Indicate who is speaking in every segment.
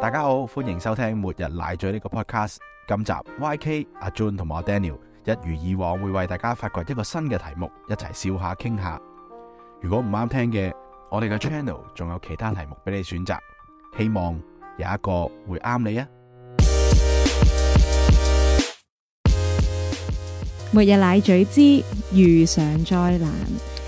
Speaker 1: 大家好，歡迎收聽《末日奶嘴》呢個 podcast。今集 YK 阿 Jun 同埋我 Daniel 一如以往會為大家發掘一個新嘅題目，一齊笑下傾下。如果唔啱聽嘅，我哋嘅 channel 仲有其他題目俾你選擇，希望有一個會啱你啊！
Speaker 2: 末日奶嘴之遇上災難，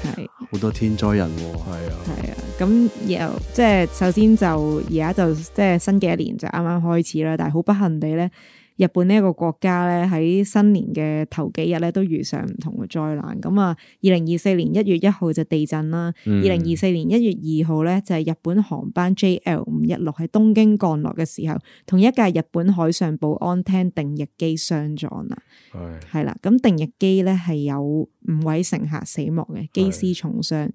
Speaker 2: 係
Speaker 3: 好多天災人禍，係啊，
Speaker 2: 係啊，咁又即係首先就而家就即係新嘅一年就啱啱開始啦，但係好不幸地咧，日本呢一個國家咧喺新年嘅頭幾日咧都遇上唔同嘅災難，咁啊，二零二四年一月一號就地震啦，
Speaker 3: 嗯
Speaker 1: 嗯
Speaker 2: 二零二四年一月二號咧就係日本航班 JL 五一六喺東京降落嘅時候，同一架日本海上保安廳定翼機相撞啊啦。
Speaker 3: 係
Speaker 2: 係啦，咁定翼機咧係有五位乘客死亡嘅，機師重傷，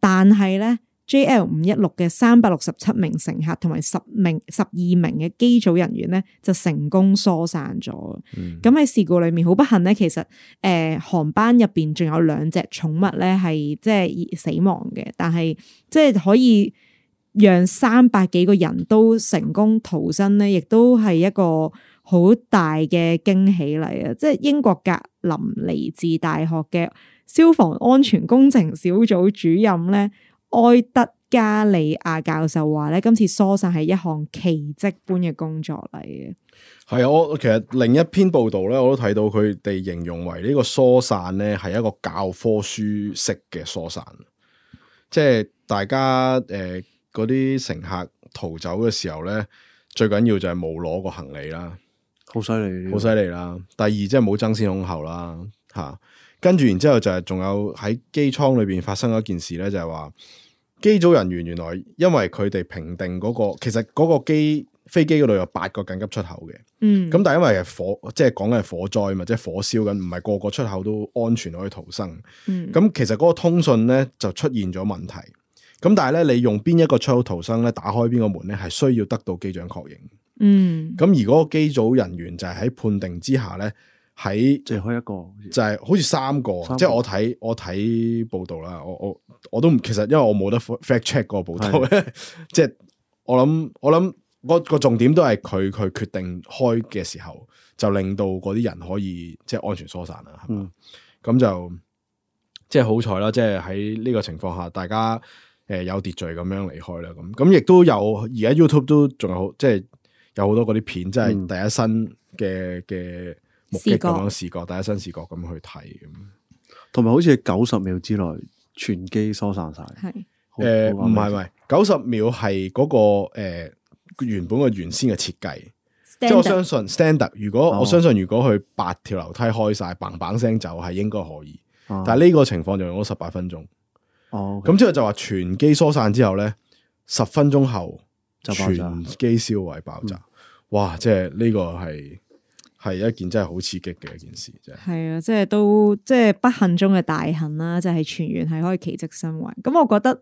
Speaker 2: 但係咧 JL 五一六嘅三百六十七名乘客同埋十名十二名嘅機組人員咧就成功疏散咗。
Speaker 3: 嗯
Speaker 2: 咁喺事故裏面好不幸咧，其實誒、呃航班入邊仲有兩隻寵物咧係即係死亡嘅，但係即係可以讓三百幾個人都成功逃生咧，亦都係一個好大嘅驚喜嚟啊！即係英國格林尼治大學嘅消防安全工程小組主任咧，埃德加利亞教授話咧，今次疏散係一項奇蹟般嘅工作嚟嘅。
Speaker 3: 係啊，我其實另一篇報道咧，我都睇到佢哋形容為呢個疏散咧係一個教科書式嘅疏散，即係大家誒嗰啲乘客逃走嘅時候咧，最緊要就係冇攞個行李啦。
Speaker 4: 好犀
Speaker 1: 嗯
Speaker 4: 利，
Speaker 3: 好犀利啦。第二即係冇爭先恐後啦，吓、跟住然之後就係仲有喺機艙裏邊發生咗一件事咧，就係話機組人員原來因為佢哋評定嗰、個，其實嗰個機飛機嗰度有八個緊急出口嘅，
Speaker 2: 嗯，
Speaker 3: 咁但係因為係火，即係講緊係火災嘛，即係火燒緊，唔係個個出口都安全可以逃生。
Speaker 2: 嗯
Speaker 3: 咁其實嗰個通訊咧就出現咗問題。咁但係咧，你用邊一個出口逃生咧，打開邊個門咧，係需要得到機長確認。
Speaker 2: 嗯。
Speaker 3: 咁而嗰個機組人員就係喺判定之下咧，喺
Speaker 4: 即係開一個好似，
Speaker 3: 就係好似三個，
Speaker 4: 三個
Speaker 3: 即係我睇我睇報道啦，我我我都唔其實因為我冇得 fact check 嗰個報道咧， 即係我諗我諗個個重點都係佢佢決定開嘅時候，就令到嗰啲人可以即係安全疏散啦，係
Speaker 4: 嗯
Speaker 3: 嘛？咁、就即係好彩啦，即係喺呢個情況下，大家誒、呃有秩序咁樣離開啦，咁咁亦都有而家 YouTube 都仲有好即係有好多嗰啲片，即係
Speaker 4: 嗯
Speaker 3: 第一身嘅嘅。目擊
Speaker 2: 視覺
Speaker 3: 咁樣視覺，第一身視覺咁去睇咁。
Speaker 4: 同埋好似九十秒之內全機疏散晒。
Speaker 2: 係
Speaker 4: 好
Speaker 3: 誒，
Speaker 4: 好
Speaker 3: 唔係唔
Speaker 4: 啱
Speaker 3: 係，九十秒係嗰個誒原本嘅原先嘅設計，即係我
Speaker 2: standard
Speaker 3: 相信 standard。如果
Speaker 4: 哦
Speaker 3: 我相信，如果佢八條樓梯開晒，砰砰聲走，係應該可以。
Speaker 4: 啊
Speaker 3: 但係呢個情況就用咗十八分鐘。
Speaker 4: 哦，咁
Speaker 3: 咁之後就話全機疏散之後咧，十分鐘後
Speaker 4: 就爆
Speaker 3: 全
Speaker 4: 炸嗯
Speaker 3: 機燒毀爆炸。哇！即係呢個係係一件真係好刺激嘅一件事，真係。
Speaker 2: 係啊，即係都即係不幸中嘅大幸啦，就係、全員係可以奇蹟生還。咁我覺得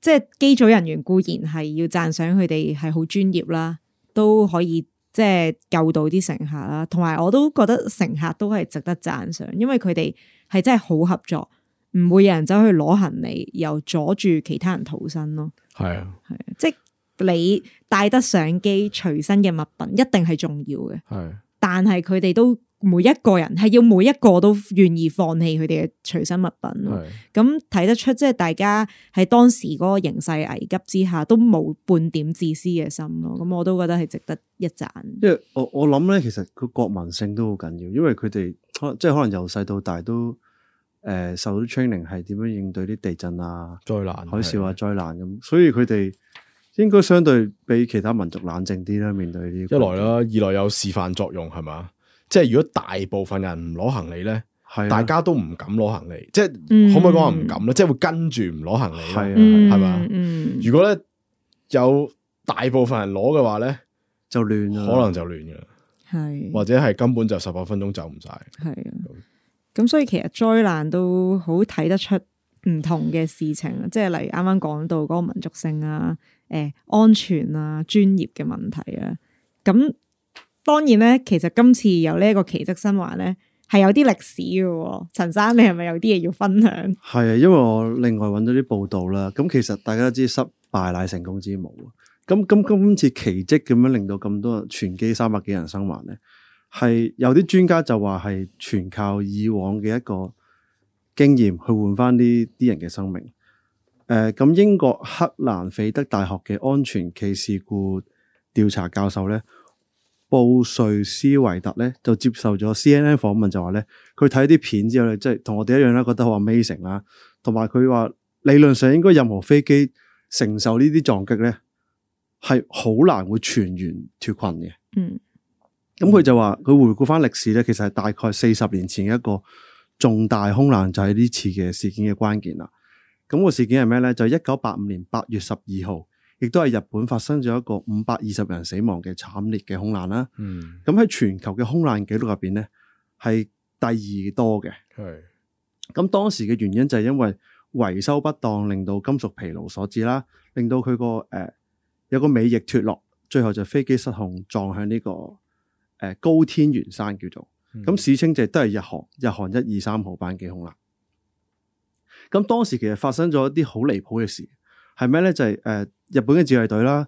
Speaker 2: 即係機組人員固然係要讚賞佢哋係好專業啦，都可以即係救到啲乘客啦，同埋我都覺得乘客都係值得讚賞，因為佢哋係真係好合作，唔會有人走去攞行李又阻住其他人逃生咯。
Speaker 3: 係啊，
Speaker 2: 即係你帶得上機隨身嘅物品一定係重要嘅。
Speaker 3: 係。
Speaker 2: 但係佢哋都每一個人係要每一個都願意放棄佢哋嘅隨身物品
Speaker 4: 嗯
Speaker 2: 咯。
Speaker 3: 係
Speaker 2: 咁睇得出，即係大家喺當時嗰個形勢危急之下，都冇半點自私嘅心咯。咁我都覺得係值得一讚。
Speaker 4: 因為我我諗咧，其實個國民性都好緊要，因為佢哋可即係可能由細到大都誒受到 training 係點樣應對啲地震啊、
Speaker 3: 災難
Speaker 4: 海嘯啊、
Speaker 3: 嗯係
Speaker 4: 災難咁，所以佢哋應該相對比其他民族冷靜啲啦，面對呢
Speaker 3: 一
Speaker 4: 啲
Speaker 3: 來啦，二來有示範作用係嘛？即係如果大部分人唔攞行李咧，
Speaker 4: 係啊
Speaker 3: 大家都唔敢攞行李，即係
Speaker 2: 嗯
Speaker 3: 可唔可以講話唔敢咧？即係會跟住唔攞行李
Speaker 4: 係
Speaker 3: 啦。
Speaker 4: 啊
Speaker 2: 嗯，
Speaker 3: 係嘛
Speaker 2: 嗯，
Speaker 3: 如果咧有大部分人攞嘅話咧，
Speaker 4: 就亂啊
Speaker 3: 可
Speaker 4: 啦，
Speaker 3: 能就亂噶啦，
Speaker 2: 係
Speaker 3: 或者係根本就十八分鐘走唔晒。
Speaker 2: 係啊。咁所以其實災難都好睇得出唔同嘅事情啊，即係例如啱啱講到嗰個民族性啊、誒、安全啊、專業嘅問題啊。咁當然咧，其實今次有呢一個奇蹟生還咧，係有啲歷史嘅喎。陳生，你係咪有啲嘢要分享？
Speaker 4: 係啊，因為我另外揾到啲報道啦，咁其實大家都知失敗乃成功之母啊。咁咁今次奇蹟咁樣令到咁多全機三百幾人生還咧，係有啲專家就話係全靠以往嘅一個經驗去換翻呢啲人嘅生命。誒、咁英國克蘭菲德大學嘅安全歧視故調查教授咧，布瑞斯維特咧就接受咗 CNN 訪問就話咧，佢睇啲片之後咧，即係同我哋一樣啦，覺得好 amazing 啦，同埋佢話理論上應該任何飛機承受呢啲撞擊咧，係好難會全員脱困嘅。
Speaker 2: 嗯
Speaker 4: 咁佢就話佢回顧翻歷史咧，其實係大概四十年前嘅一個重大空難就係呢次嘅事件嘅關鍵啦。咁、個事件係咩咧？就一九八五年八月十二號，亦都係日本發生咗一個五百二十人死亡嘅慘烈嘅空難啦。
Speaker 3: 嗯，
Speaker 4: 咁喺全球嘅空難記錄入邊咧，係第二多嘅。
Speaker 3: 係
Speaker 4: 咁當時嘅原因就係因為維修不當，令到金屬疲勞所致啦，令到佢個誒有個尾翼脱落，最後就飛機失控撞向呢、個誒、呃高天原山叫做。咁史稱就係都係日航日航一二三號班機空難。咁當時其實發生咗一啲好離譜嘅事，係咩咧？就係、呃日本嘅自衛隊啦，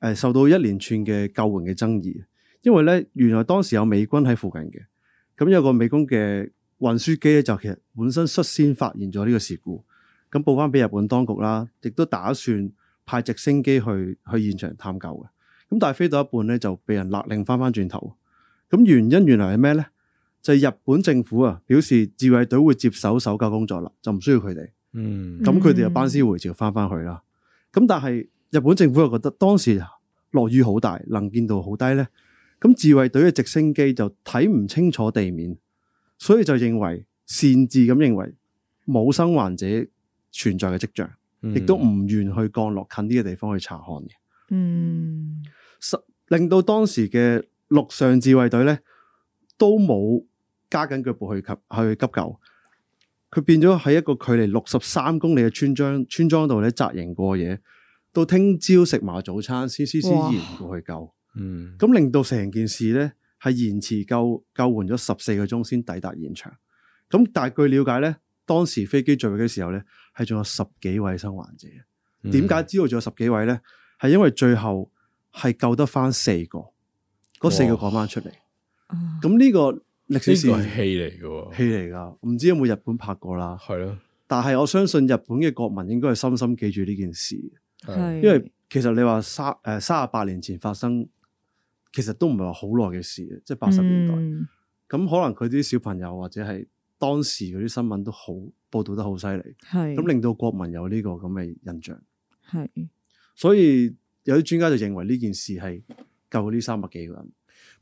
Speaker 4: 誒、受到一連串嘅救援嘅爭議，因為咧原來當時有美軍喺附近嘅，咁有個美軍嘅運輸機咧就其實本身率先發現咗呢個事故，咁報翻俾日本當局啦，亦都打算派直升機去去現場探究嘅，咁但係飛到一半咧就被人勒令翻翻轉頭。咁原因原來係咩呢？就係日本政府啊表示自衛隊會接手搜救工作啦，就唔需要佢哋。
Speaker 3: 嗯
Speaker 4: 咁佢哋就班師回朝翻翻去啦。咁但係日本政府又覺得當時落雨好大，能見度好低呢。咁自衛隊嘅直升機就睇唔清楚地面，所以就認為擅自咁認為冇生還者存在嘅跡象，
Speaker 3: 嗯
Speaker 4: 亦都唔願去降落近啲嘅地方去查看嘅。
Speaker 2: 嗯
Speaker 4: 實令到當時嘅陸上自衛隊咧都冇加緊腳步去及去急救，佢變咗喺一個距離六十三公里嘅村莊村莊度咧紮營過夜，到聽朝食埋早餐先先先
Speaker 2: 哇
Speaker 4: 延過去救，
Speaker 3: 嗯
Speaker 4: 咁令到成件事咧係延遲救救援咗十四個鐘先抵達現場。咁但係據了解咧，當時飛機墜毀嘅時候咧係仲有十幾位生還者。
Speaker 3: 嗯
Speaker 4: 點解知道仲有十幾位呢？係因為最後係救得翻四個，嗰四個講翻出嚟。
Speaker 2: 啊
Speaker 4: 咁呢個歷
Speaker 3: 呢個
Speaker 4: 史事
Speaker 3: 係
Speaker 4: 件
Speaker 3: 戲嚟嘅
Speaker 4: 戲
Speaker 3: 喎，
Speaker 4: 嚟㗎，唔知有冇日本拍過啦。
Speaker 3: 係咯，
Speaker 4: 但係我相信日本嘅國民應該係深深記住呢件事，
Speaker 2: 啊係
Speaker 4: 因為其實你話三誒三十八年前發生，其實都唔係話好耐嘅事，即係八十年代。
Speaker 2: 嗯
Speaker 4: 咁、可能佢啲小朋友或者係當時嗰啲新聞都好報導得好犀利，
Speaker 2: 係
Speaker 4: 咁令到國民有呢個咁嘅印象。
Speaker 2: 係
Speaker 4: 所以有啲專家就認為呢件事係救呢三百幾個人，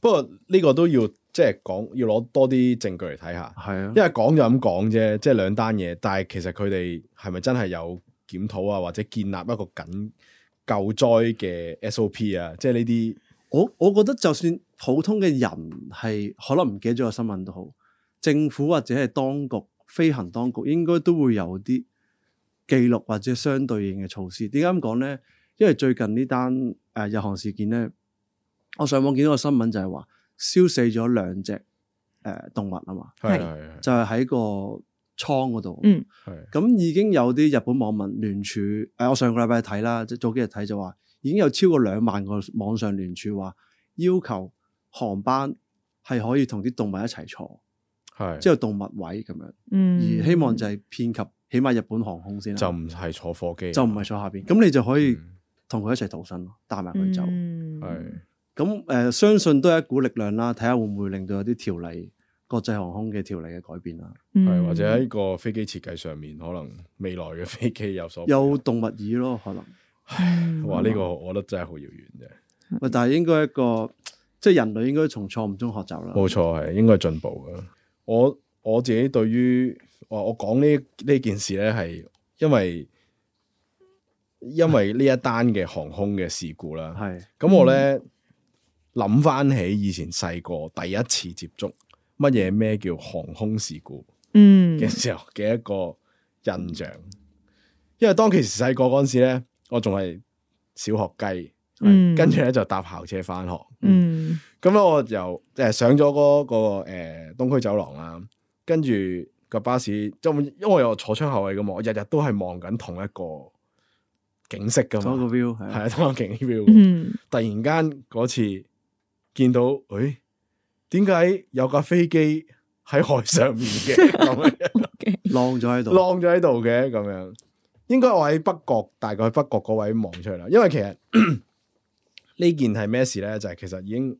Speaker 3: 不過呢個都要即係講，要攞多啲證據嚟睇下，
Speaker 4: 係啊
Speaker 3: 因為講就咁講啫，即係兩單嘢，但係其實佢哋係咪真係有檢討啊，或者建立一個緊救災嘅 SOP 啊？即係呢啲
Speaker 4: 我我覺得就算普通嘅人係可能唔記得咗個新聞都好，政府或者係當局、飛行當局應該都會有啲記錄或者相對應嘅措施。點解咁講呢？因為最近呢單誒日航事件呢，我上網見到個新聞就係話燒死咗兩隻誒、呃、動物啊嘛，
Speaker 3: 係
Speaker 2: 係
Speaker 3: 係
Speaker 4: 就係喺個倉嗰度。
Speaker 2: 嗯
Speaker 3: 係
Speaker 4: 咁已經有啲日本網民聯署，誒、我上個禮拜睇啦，即係早幾日睇就話已經有超過兩萬個網上聯署話要求航班係可以同啲動物一齊坐，
Speaker 3: 係，
Speaker 4: 即係有動物位咁樣，
Speaker 2: 嗯
Speaker 4: 而希望就係遍及起碼日本航空先啦，
Speaker 3: 就唔係坐貨機，
Speaker 4: 啊就唔係坐下邊，咁你就可以
Speaker 3: 嗯
Speaker 4: 同佢一齊逃生咯，帶埋佢走。
Speaker 2: 嗯
Speaker 3: 係
Speaker 4: 咁誒、呃相信都係一股力量啦，睇下會唔會令到有啲條例國際航空嘅條例嘅改變啦，
Speaker 3: 係
Speaker 2: 嗯
Speaker 3: 或者喺個飛機設計上面，可能未來嘅飛機有所
Speaker 4: 有嗯動物椅咯，可能。
Speaker 3: 哇！呢個我覺得真係好遙遠啫。
Speaker 4: 喂，但係應該一個即係人類應該從錯誤中學習啦。
Speaker 3: 冇錯，係應該係進步嘅。我我自己對於我我講呢呢件事咧，係因為因為呢一單嘅航空嘅事故啦。
Speaker 4: 係嗯
Speaker 3: 咁我咧諗翻起以前細個第一次接觸乜嘢咩叫航空事故
Speaker 2: 嗯
Speaker 3: 嘅時候嘅一個印象，因為當其時細個嗰陣時咧，我仲係小學雞，
Speaker 2: 嗯
Speaker 3: 跟住咧就搭校車翻學。
Speaker 2: 嗯
Speaker 3: 咁咧我由誒、上咗嗰、個誒、東區走廊啦，跟住個巴士，即係因為我坐窗後位嘅嘛，我日日都係望緊同一個景色噶
Speaker 4: 嗰個
Speaker 3: 嘛，
Speaker 4: view 係
Speaker 3: 係
Speaker 4: 啊
Speaker 3: 啊，偷景 view 㗎。
Speaker 2: 嗯，
Speaker 3: 突然間嗰次見到，诶、點解有架飛機喺海上面嘅咁樣
Speaker 4: 晾咗喺度，
Speaker 3: 晾咗喺度嘅咁樣？應該我喺北角，大概北角嗰位望出嚟啦。因為其實 呢件係咩事咧？就係其實已經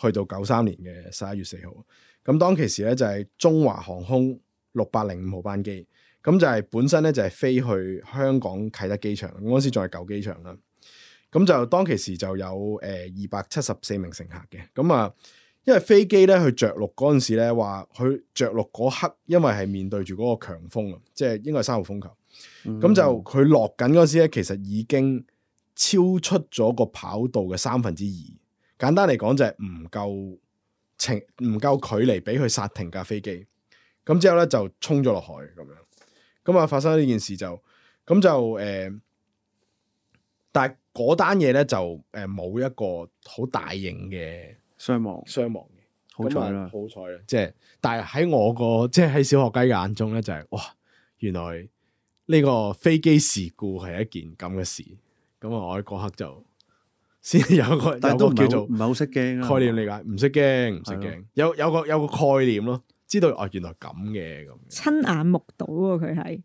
Speaker 3: 去到九三年嘅十一月四號。咁當其時咧就係、中華航空六八零五號班機，咁就係本身咧就係、飛去香港啟德機場，咁嗰時仲係舊機場啦。咁就當其時就有誒二百七十四名乘客嘅，咁啊，因為飛機咧佢着陸嗰陣時咧話佢着陸嗰刻，因為係面對住嗰個強風啊，即係應該係三號風球。
Speaker 4: 嗯
Speaker 3: 咁就佢落緊嗰時咧，其實已經超出咗個跑道嘅三分之二。簡單嚟講就係唔夠程唔夠距離俾佢剎停架飛機。咁之後咧就衝咗落海咁樣。咁啊發生呢件事就咁就誒、呃但係嗰單嘢咧就誒冇、一個好大型嘅
Speaker 4: 傷亡，
Speaker 3: 傷亡嘅。
Speaker 4: 好彩啦，
Speaker 3: 好彩啦，即系，但系喺我個即系喺小學雞嘅眼中咧，就係哇，原來呢個飛機事故係一件咁嘅事，咁啊，我喺嗰刻就先有個有
Speaker 4: 但係都
Speaker 3: 個
Speaker 4: 唔
Speaker 3: 叫
Speaker 4: 係好
Speaker 3: 做
Speaker 4: 唔係好識驚啊，
Speaker 3: 概念理解，唔識驚，唔識
Speaker 4: 係
Speaker 3: 驚，有有個有個概念咯，知道哦，原來咁嘅咁，
Speaker 2: 親眼目睹喎佢係，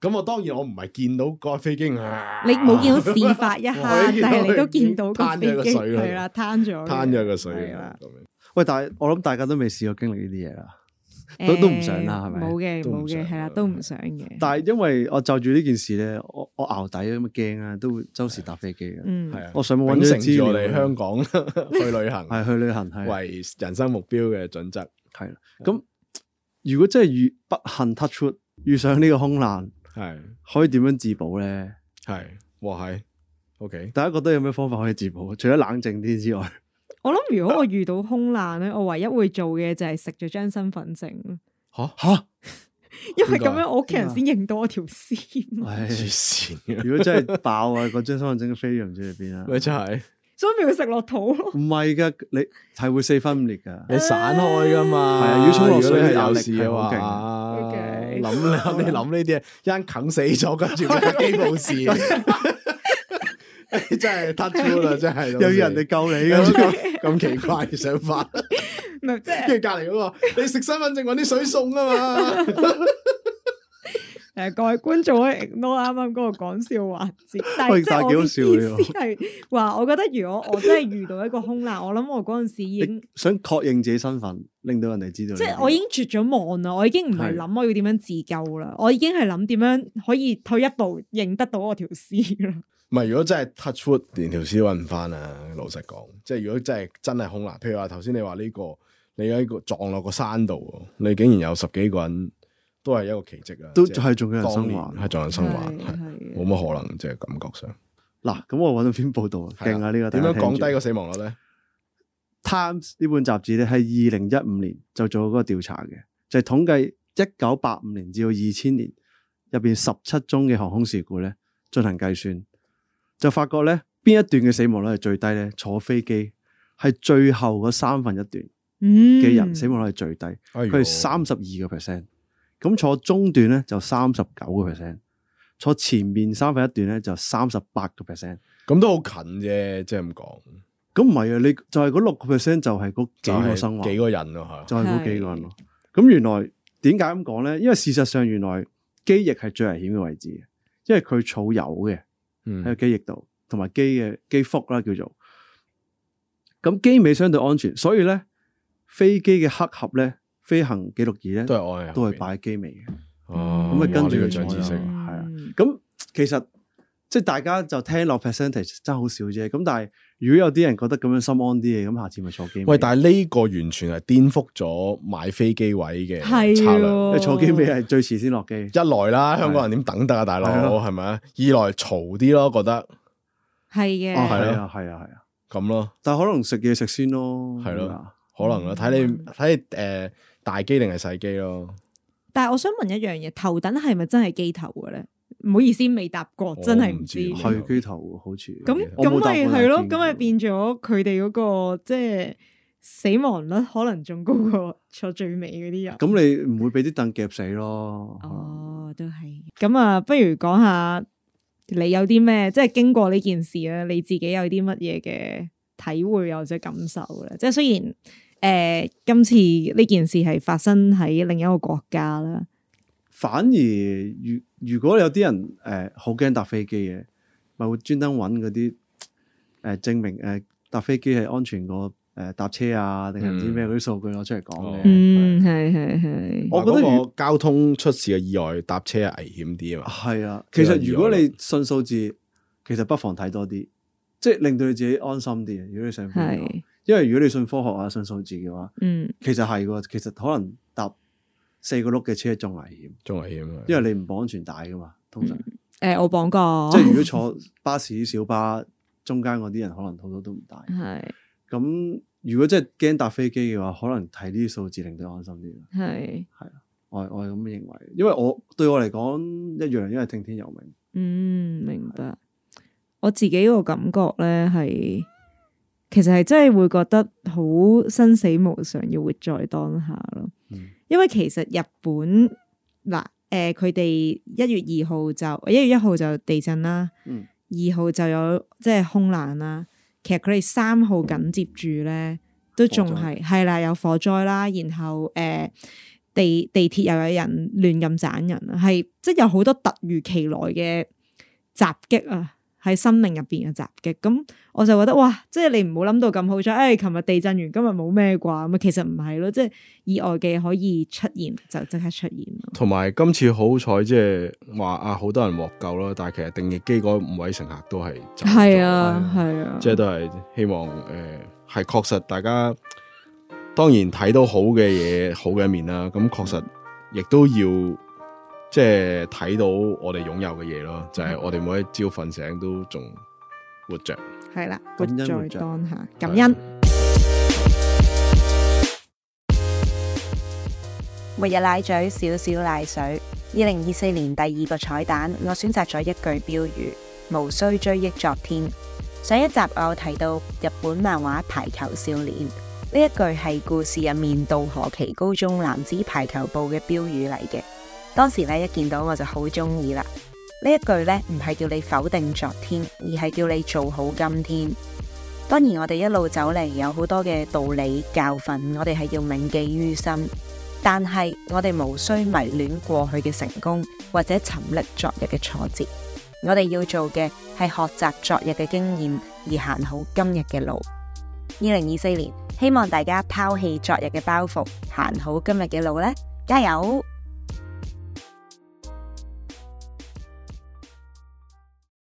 Speaker 3: 咁我當然我唔係見到嗰架飛機，你
Speaker 2: 你冇見到事發一刻，
Speaker 3: 我已經
Speaker 2: 但係你都見到個
Speaker 3: 攤
Speaker 2: 飛
Speaker 3: 咗個
Speaker 2: 機
Speaker 3: 水啦
Speaker 2: 係啦，攤咗嘅，
Speaker 3: 攤咗個水咁
Speaker 2: 係啦
Speaker 3: 樣。
Speaker 4: 喂，但係我諗大家都未試過經歷呢啲嘢啦。
Speaker 2: 誒
Speaker 4: 都都唔想啦係咪
Speaker 2: 冇嘅，
Speaker 3: 都唔
Speaker 2: 冇
Speaker 3: 想
Speaker 2: 嘅，係啦，
Speaker 3: 啦
Speaker 2: 都唔想嘅。
Speaker 4: 但係因為我就住呢件事咧，我我熬底咁驚啊，都會周時搭飛機嘅。
Speaker 2: 嗯
Speaker 3: 係啊，
Speaker 4: 我上網
Speaker 3: 秉
Speaker 4: 揾咗
Speaker 3: 承
Speaker 4: 啲資
Speaker 3: 住
Speaker 4: 料，
Speaker 3: 我哋香港去旅行
Speaker 4: 係去旅行係
Speaker 3: 為人生目標嘅準則，
Speaker 4: 係啦。咁如果真係遇不幸 touch wood 遇上呢個空難，
Speaker 3: 係。
Speaker 4: 可以點樣自保咧？
Speaker 3: 系，哇系，OK，
Speaker 4: 大家覺得有咩方法可以自保？啊除咗冷靜啲之外，
Speaker 2: 我諗如果我遇到空難咧，我唯一會做嘅就係食咗張身份證，
Speaker 3: 吓吓，
Speaker 2: 因為
Speaker 3: 點解啊
Speaker 2: 咁樣我屋企人先認到我條線。
Speaker 4: 唉
Speaker 3: 黐线嘅，
Speaker 4: 如果真係爆啊，嗰張身份證飛咗唔知去邊啦。
Speaker 3: 咪真系
Speaker 2: 所以咪要食落肚咯。
Speaker 4: 唔係㗎，你係會四分五裂㗎。
Speaker 3: 你散開噶嘛，
Speaker 4: 係啊要衝落水
Speaker 3: 如果你
Speaker 4: 嘅
Speaker 3: 有
Speaker 4: 壓力
Speaker 3: 事嘅話，
Speaker 4: 係
Speaker 3: 啊
Speaker 2: 好勁 OK
Speaker 3: 諗諗 你諗呢啲，一間啃死咗，跟住架機冇事，真係 touch wood 啦，真係
Speaker 4: 又要人哋救你
Speaker 3: 咁咁
Speaker 4: 㗎。
Speaker 3: 咁奇怪嘅想法，
Speaker 2: 唔係即係
Speaker 3: 跟住隔離嗰個，你食身份證搵啲水送啊嘛，
Speaker 2: 誒各位觀眾可以 ignore 啱啱嗰個講笑環 節，但
Speaker 4: 喂
Speaker 2: 係即
Speaker 4: 但
Speaker 2: 係
Speaker 4: 係
Speaker 2: 我嘅意
Speaker 4: 幾好笑呢個
Speaker 2: 思係話，我覺得如果我真係遇到一個空難，我諗我嗰陣時已經
Speaker 4: 你想確認自己身份，令到人哋知道你。
Speaker 2: 即係我已經絕咗望啦，我已經唔係
Speaker 4: 係
Speaker 2: 諗我要點樣自救啦，我已經係諗點樣可以退一步認得到我條屍 啦。
Speaker 3: 唔係，如果真係 touch wood，連條屍揾唔翻啊！老實講，即係如果真係真係空難，譬如話頭先你話呢、個，你喺個撞落個山度喎，你竟然有十幾個人，都係一個奇蹟啊！
Speaker 4: 都
Speaker 3: 即係
Speaker 4: 係仲有人
Speaker 3: 當
Speaker 4: 生
Speaker 3: 年
Speaker 4: 還。
Speaker 3: 係仲有人生還，
Speaker 2: 係
Speaker 3: 係
Speaker 2: 係
Speaker 3: 冇乜可能，即係感覺上。
Speaker 4: 嗱，咁我揾到篇報道，
Speaker 3: 係
Speaker 4: 勁啊！呢個
Speaker 3: 點
Speaker 4: 樣
Speaker 3: 樣降低個死亡率咧？
Speaker 4: Times 呢本雜誌咧，喺二零一五年就做嗰個調查嘅，就係統計一九八五年至到二千年入邊十七宗嘅航空事故咧，進行計算，就發覺咧邊一段嘅死亡率係最低咧，坐飛機係最後嗰三分一段嘅
Speaker 2: 嘅
Speaker 4: 人死亡率係最低。
Speaker 3: 哎呦
Speaker 4: 佢係三十二個 percent。咁坐中段咧就三十九個 percent，坐前面三分一段咧就三十八個 percent。
Speaker 3: 咁都好近啫，即係咁講，
Speaker 4: 咁唔係啊，你就係嗰六個 percent 就係嗰幾
Speaker 3: 就
Speaker 4: 個
Speaker 3: 係
Speaker 4: 生還，
Speaker 3: 幾個人咯嚇。
Speaker 4: 就係嗰幾個人咯。咁原來點解咁講咧？因為事實上原來機翼係最危險嘅位置嘅，因為佢儲油嘅喺個
Speaker 3: 嗯，
Speaker 4: 機翼度，同埋機嘅機腹啦叫做。咁機尾相對安全，所以咧飛機嘅黑盒咧、飛行記錄儀咧
Speaker 3: 都係我係
Speaker 4: 都係擺喺機尾嘅。
Speaker 3: 哦，
Speaker 4: 咁啊
Speaker 3: 咁
Speaker 4: 跟住
Speaker 3: 呢個
Speaker 4: 就
Speaker 3: 長知識，
Speaker 4: 係啊
Speaker 2: 嗯
Speaker 4: 咁其實即係大家就聽落 percentage 真係好少啫。咁但係如果有啲人覺得咁樣心安啲嘅，咁下次咪坐機尾。
Speaker 3: 喂，但係呢個完全係顛覆咗買飛機位嘅
Speaker 2: 係啊
Speaker 3: 策略。
Speaker 2: 喎
Speaker 4: 你坐機尾係最遲先落機。
Speaker 3: 一來啦，香港人點等得啊，大佬
Speaker 4: 係咯
Speaker 3: 係咪啊？二來嘈啲咯，覺得
Speaker 2: 係嘅，
Speaker 4: 哦，係啊，係啊，係啊。
Speaker 3: 咁咯，
Speaker 4: 但係可能食嘢食先咯。
Speaker 3: 係咯
Speaker 4: 係啊嘛，
Speaker 3: 可能啦，睇你睇你诶大機定係細機咯。
Speaker 2: 但係我想問一樣嘢，頭等係咪真係機頭嘅咧？唔好意思，未搭過，真係唔知。
Speaker 3: 我唔知
Speaker 2: 咁
Speaker 3: 係
Speaker 4: 係機頭好似。
Speaker 2: 咁
Speaker 4: 我冇搭過
Speaker 2: 咪係咯，
Speaker 4: 飛機
Speaker 2: 咁咪變咗佢哋嗰個即係死亡率可能仲高過坐最尾嗰啲人。哦
Speaker 4: 咁你唔會俾啲凳夾死咯。
Speaker 2: 哦，都係。咁啊，不如講下你有啲咩，即係經過呢件事咧，你自己有啲乜嘢嘅體會或者感受咧？即係雖然诶、呃今次呢件事係發生喺另一個國家啦，
Speaker 4: 反而如如果有啲人誒好驚搭飛機嘅，咪會專登揾嗰啲誒證明誒、呃搭飛機係安全過誒、搭車啊，定係唔知咩嗰啲數據攞出嚟講嘅。
Speaker 2: 嗯，係係係，
Speaker 4: 我覺得
Speaker 3: 嗰
Speaker 4: 如
Speaker 3: 個交通出事嘅意外搭車係危險啲啊嘛，
Speaker 4: 係啊，
Speaker 3: 其
Speaker 4: 其
Speaker 3: 實
Speaker 4: 實如果
Speaker 3: 如果
Speaker 4: 你信數字，其實不妨睇多啲，即係令到你自己安心啲。啊如果你想飛嘅話
Speaker 2: 係，
Speaker 4: 因為如果你信科學啊、信數字嘅話，
Speaker 2: 嗯
Speaker 4: 其實係喎，其實可能搭四個轆嘅車仲危險，
Speaker 3: 仲危險啊。
Speaker 4: 因為你唔綁安全帶噶嘛，通常。
Speaker 2: 诶、我講過
Speaker 4: 即係如果坐巴士、小巴中間嗰啲人，可能好多都唔大。
Speaker 2: 係
Speaker 4: 咁如果真係驚搭飛機嘅話，可能睇呢啲數字令到安心啲啦。
Speaker 2: 係
Speaker 4: 我係我係咁認為，因為我對我嚟講一樣，因為聽天由命。
Speaker 2: 嗯，明白。我自己個感覺咧係，其實係真係會覺得好生死無常，要活在當下咯。
Speaker 4: 嗯
Speaker 2: 因為其實日本嗱，誒佢哋一月二號就一月一號就地震啦，二、
Speaker 4: 嗯
Speaker 2: 號就有即係空難啦。其實佢哋三號緊接住咧，都仲係係啦，有火災啦，然後誒、呃地地鐵又有人亂咁斬人啊，係即係有好多突如其來嘅襲擊啊，喺生命入邊嘅襲擊。咁我就覺得哇，即係你唔好諗到咁好彩，誒、琴日地震完，今日冇咩啩咁啊，其實唔係咯，即係意外嘅可以出現就即刻出現咯。
Speaker 3: 同埋今次好彩，即係話啊，好多人獲救啦，但係其實定翼機嗰五位乘客都係走咗
Speaker 2: 係，啊，係啊，
Speaker 3: 即係都係希望诶，係、確實大家當然睇到好嘅嘢，好嘅一面啦。咁確實亦都要即係睇到我哋擁有嘅嘢咯，就係我哋每一朝瞓醒都仲活着。
Speaker 2: 係啦，活
Speaker 4: 感恩活
Speaker 2: 在
Speaker 4: 着
Speaker 2: 當下，感恩。
Speaker 5: 每日奶嘴少少奶水。二零二四年第二個彩蛋，我選擇咗一句標語：無需追憶昨天。上一集我有提到日本漫畫《排球少年》，呢一句係故事入面稻荷崎高中男子排球部嘅標語嚟嘅。當時呢，一見到我就好中意啦。呢一句呢，唔係叫你否定昨天，而係叫你做好今天。當然，我哋一路走嚟有好多嘅道理教訓，我哋係要銘記於心。但係我哋無需迷戀過去嘅成功，或者沉溺昨日嘅挫折。我哋要做嘅係學習昨日嘅經驗，而行好今日嘅路。二零二四年，希望大家拋棄昨日嘅包袱，行好今日嘅路呢！加油！